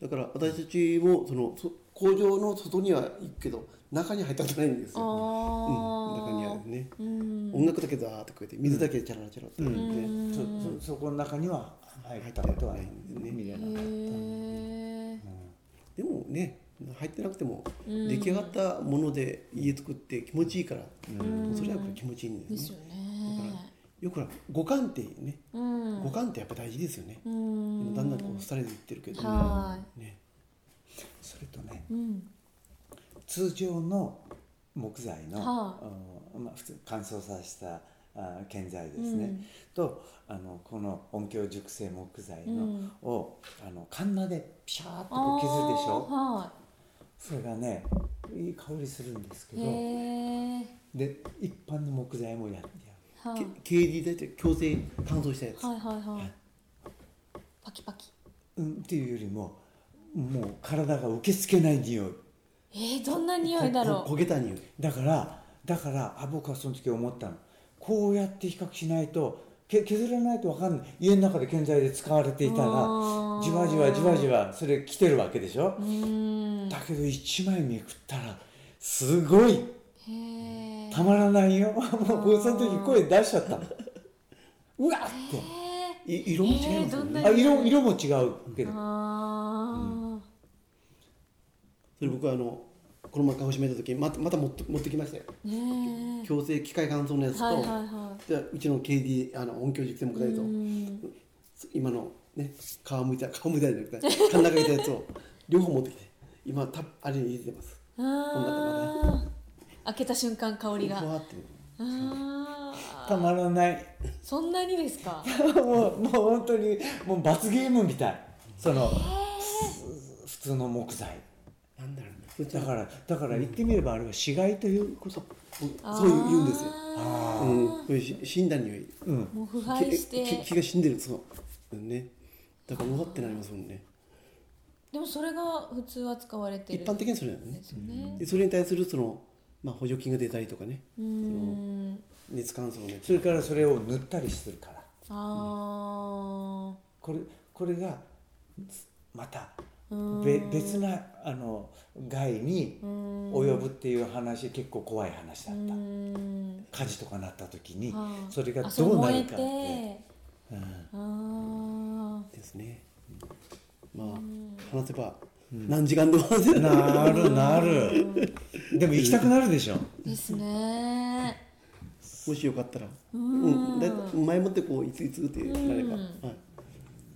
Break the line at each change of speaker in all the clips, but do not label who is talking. だから私たちもそのそ工場の外には行くけど中に入ったことないんですよ、うん、中にあ
ああ
るね、
うん
音楽だけザーッとかやって水だけチャラチャラってやって、
うん
そそそこの中には入ったことは見れなかった、
へえ
でもね入ってなくても
うん
出来上がったもので家作って気持ちいいから、それはやっぱり気持ちいいんで
ですす
ね
よね
よくほら五感ってね、
うん
五感ってやっぱ大事ですよね、
うん
だんだんこう廃れていってるけど、
は
ね
それとね
いうん
通常の木材の、
は
うんまあ、普通乾燥させたあー建材ですね、
うん
とあのこの音響熟成木材の、
うん
をあのカンナでピシャーッと
あ
こう
ー
削るでしょ
は
それがねいい香りするんですけ
い
ど
へえ
で一般の木材もやってや
は
る
い
け KD だって強制乾燥したやつ、
はいはいはいパキパキ
うん、っていうよりももう体が受け付けない匂い
えー、どんな匂いだろ
こ焦げた匂い
だからだからあ僕はその時思ったのこうやって比較しないとけ削らないと分かんない家の中で建材で使われていたら
あー
じわじわじわじわそれ来てるわけでしょ
うう、ーん
だけど一枚めくったらすごい
へえ
たまらないよもうその時声出しちゃったのうわっって
い色も違いますよ
えーどんな
ね、
あ色色も違うけど
あ
それ僕はあのこの前鹿児島行った時またまた持って持ってきましたよ
ーね
強制機械乾燥のやつと、
はいはいは
でうちの KD あの音響塾でもくれると、
えうん
今のね皮むいた皮むいたじゃなくて真ん中に入れたやつを両方持ってきて今たあれに入れてます
あー開けた瞬間香り
ふ
が
わって
あ
たまらない
ーそんなにですか
もうもう本当にもう罰ゲームみたいその普通の木材
なんだろうねそっち
だ
は
からだから言ってみればあれは死骸ということ、
うんそういう言うんですよ、
あ
うん、そういうし死んだ匂い
うん、
ーもう腐敗し
気気
て
気が死んでるそうねだからうわってなりますもんね
でもそれが普通は使われてる
一般的にそれだよ
で
ね
すよね
でそれに対するその、まあ、補助金が出たりとかね
うーん
熱乾燥のやつ
それからそれを塗ったりするから
あ
これこれがまた
うーん
べ別なあの害に及ぶっていう話結構怖い話だ
あ
った
ん
火事とかなった時に
はあ
それが
あそれ
どうな
燃え
る
て
かって
あー
ですねまあ話せば何時間でも話せる
なるなるでも行きたくなるでしょ
ですね
もしよかったら、うん、だい前もってこういついつってなれば、
うん
はい、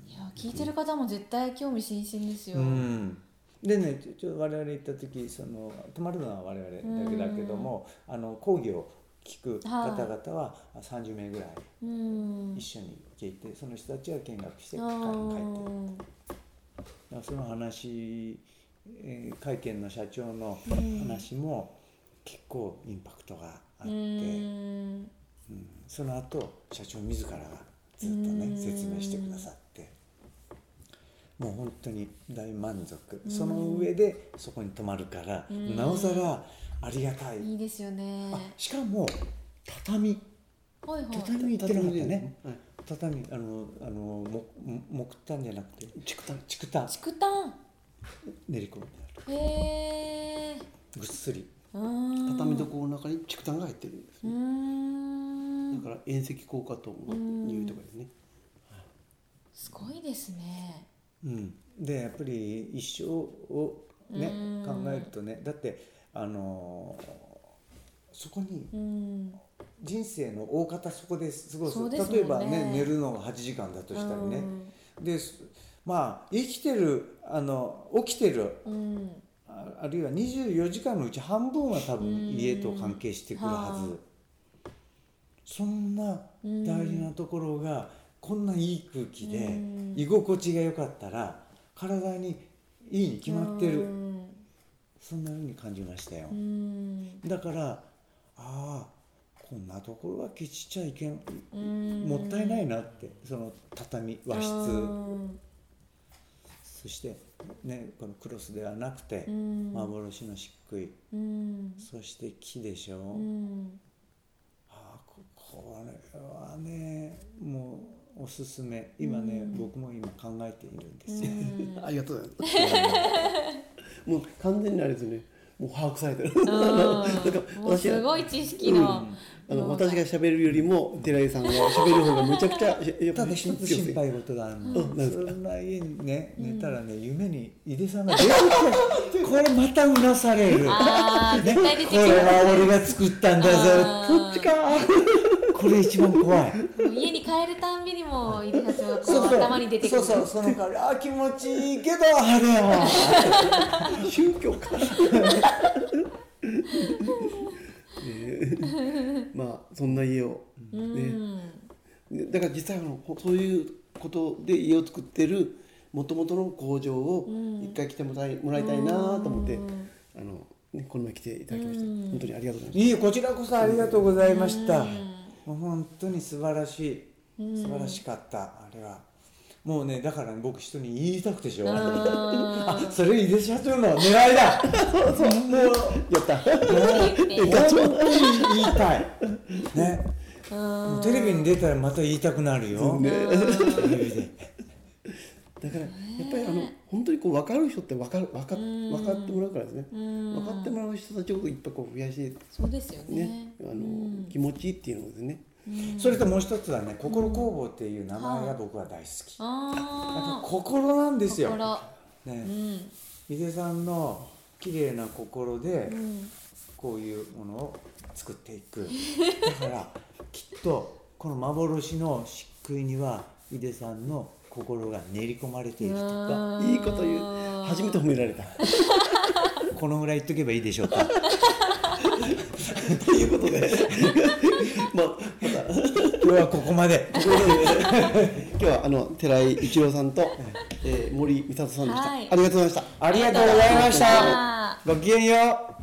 いや聞いてる方も絶対興味津々ですよ、
うん、でねちょちょ我々行った時その泊まるのは我々だけだけども、あの講義を聞く方々はあ30名ぐらい
うん
一緒に聞いて、その人たちは見学して帰帰
あ
ってるだか
ー
らその話、えー会見の社長の
うん
話も結構インパクトがあっ
う
て、
ん
その後社長自らがずっとね説明してくださってもう本当に大満足その上でそこに泊まるからなおさらありがたい
いいですよね
あしかも畳
はいはい
畳に行ってなかったね
はい、
畳あのあのもも木炭じゃなくて
チクタン
竹炭
竹炭
練り込んであ
へえ
るぐっすり
うん
畳床の中にチクタンが入ってるんです
う
ね、
ん
だから遠赤効果との匂いとかですね、
すごいですね
うん、でやっぱり一生を、ね
うん、
考えるとねだってあのそこに
うん
人生の大方そこで過ごす
そうですもんね
例えばね寝るのが8時間だとしたりね、ですまあ生きてるあの起きてる
うん
ああるいは24時間のうち半分は多分家と関係してくるは
うんは
ずそんな大事なところがこんないい空気で
うん
居心地が良かったら体にいいに決まって
う
る
ん
そんなふうに感じましたよ
うん
だからああこんなところはケチっちゃいけん
うん
もったいないなってその畳和室
うん
そして、ね、このクロスではなくて
うん
幻の漆喰
うん
そして木でしょ、
う ん
ああここれはねもうおすすめ今ね、
うん
僕も今考えているんですよ、
ん
ありがとうございます。もう完全にあれですよね。もう把握されてる。
うんもうすごい知識の、
あの私が喋るよりも寺井さんが喋る方がむちゃくちゃやった
だ一つ心配事があるの、
うんなんです
そ
か
んな家にね寝たらね、夢に井出さんが出てきて これまたうなされる、
ああ
ね、
絶
こ
対出てき
れ
た
は俺が作ったんだ
あ
ぞ
ー
こっちかこれ一番怖い
家に帰るたんびにもう入出さんがこ
そう
う
そう
頭に出てくる
そうそうその代わりあー気持ちいいけどあれは
宗教か。ねえ まあそんな家を、
うん
ね、でだから実際あのほそういうことで家を作ってる元々の工場を
うん
一回来てもらいもらいたいなと思って、
うん
あのねこの前来ていただきました、
うん
本当にありがとうございました。
いいこちらこそありがとうございました、
うん
もう本当に素晴らし
うん
い素晴らしかった、あれはもうねだから僕人に言いたくてしょう
う
がない
ん
あそれ井出社長の狙いだそうそうもう
やった。
本当に言いたいねもうテレビに出たらまた言いたくなるよ、
ね
テレビで
だからやっぱりあの本当にこう分かる人って分かる分か
うん
分かってもらうからですね。
うん
分かってもらう人たちをいっぱいこう増やして
そうですよね
ね、あ
うん
の気持ちいいっていうのですね。
うん
それともう一つはね「心工房」っていう名前が僕は大好き、やっぱ
ああ
心なんですよ、
心う
ね、
ん
井出さんの綺麗な心で
うん
こういうものを作っていくだからきっとこの幻の漆喰には井出さんの心が練り込まれているとか
うん
いいこと言う。初めて褒められた。
このぐらい言っとけばいいでしょうか
ということで、まあまた
今日はここまで
ということで今日はあの寺井一郎さんと、えー森美里さんでした。
はい
ありがとうございました。
ありがと
ありが
うございまし
とうございました
ごきげんよう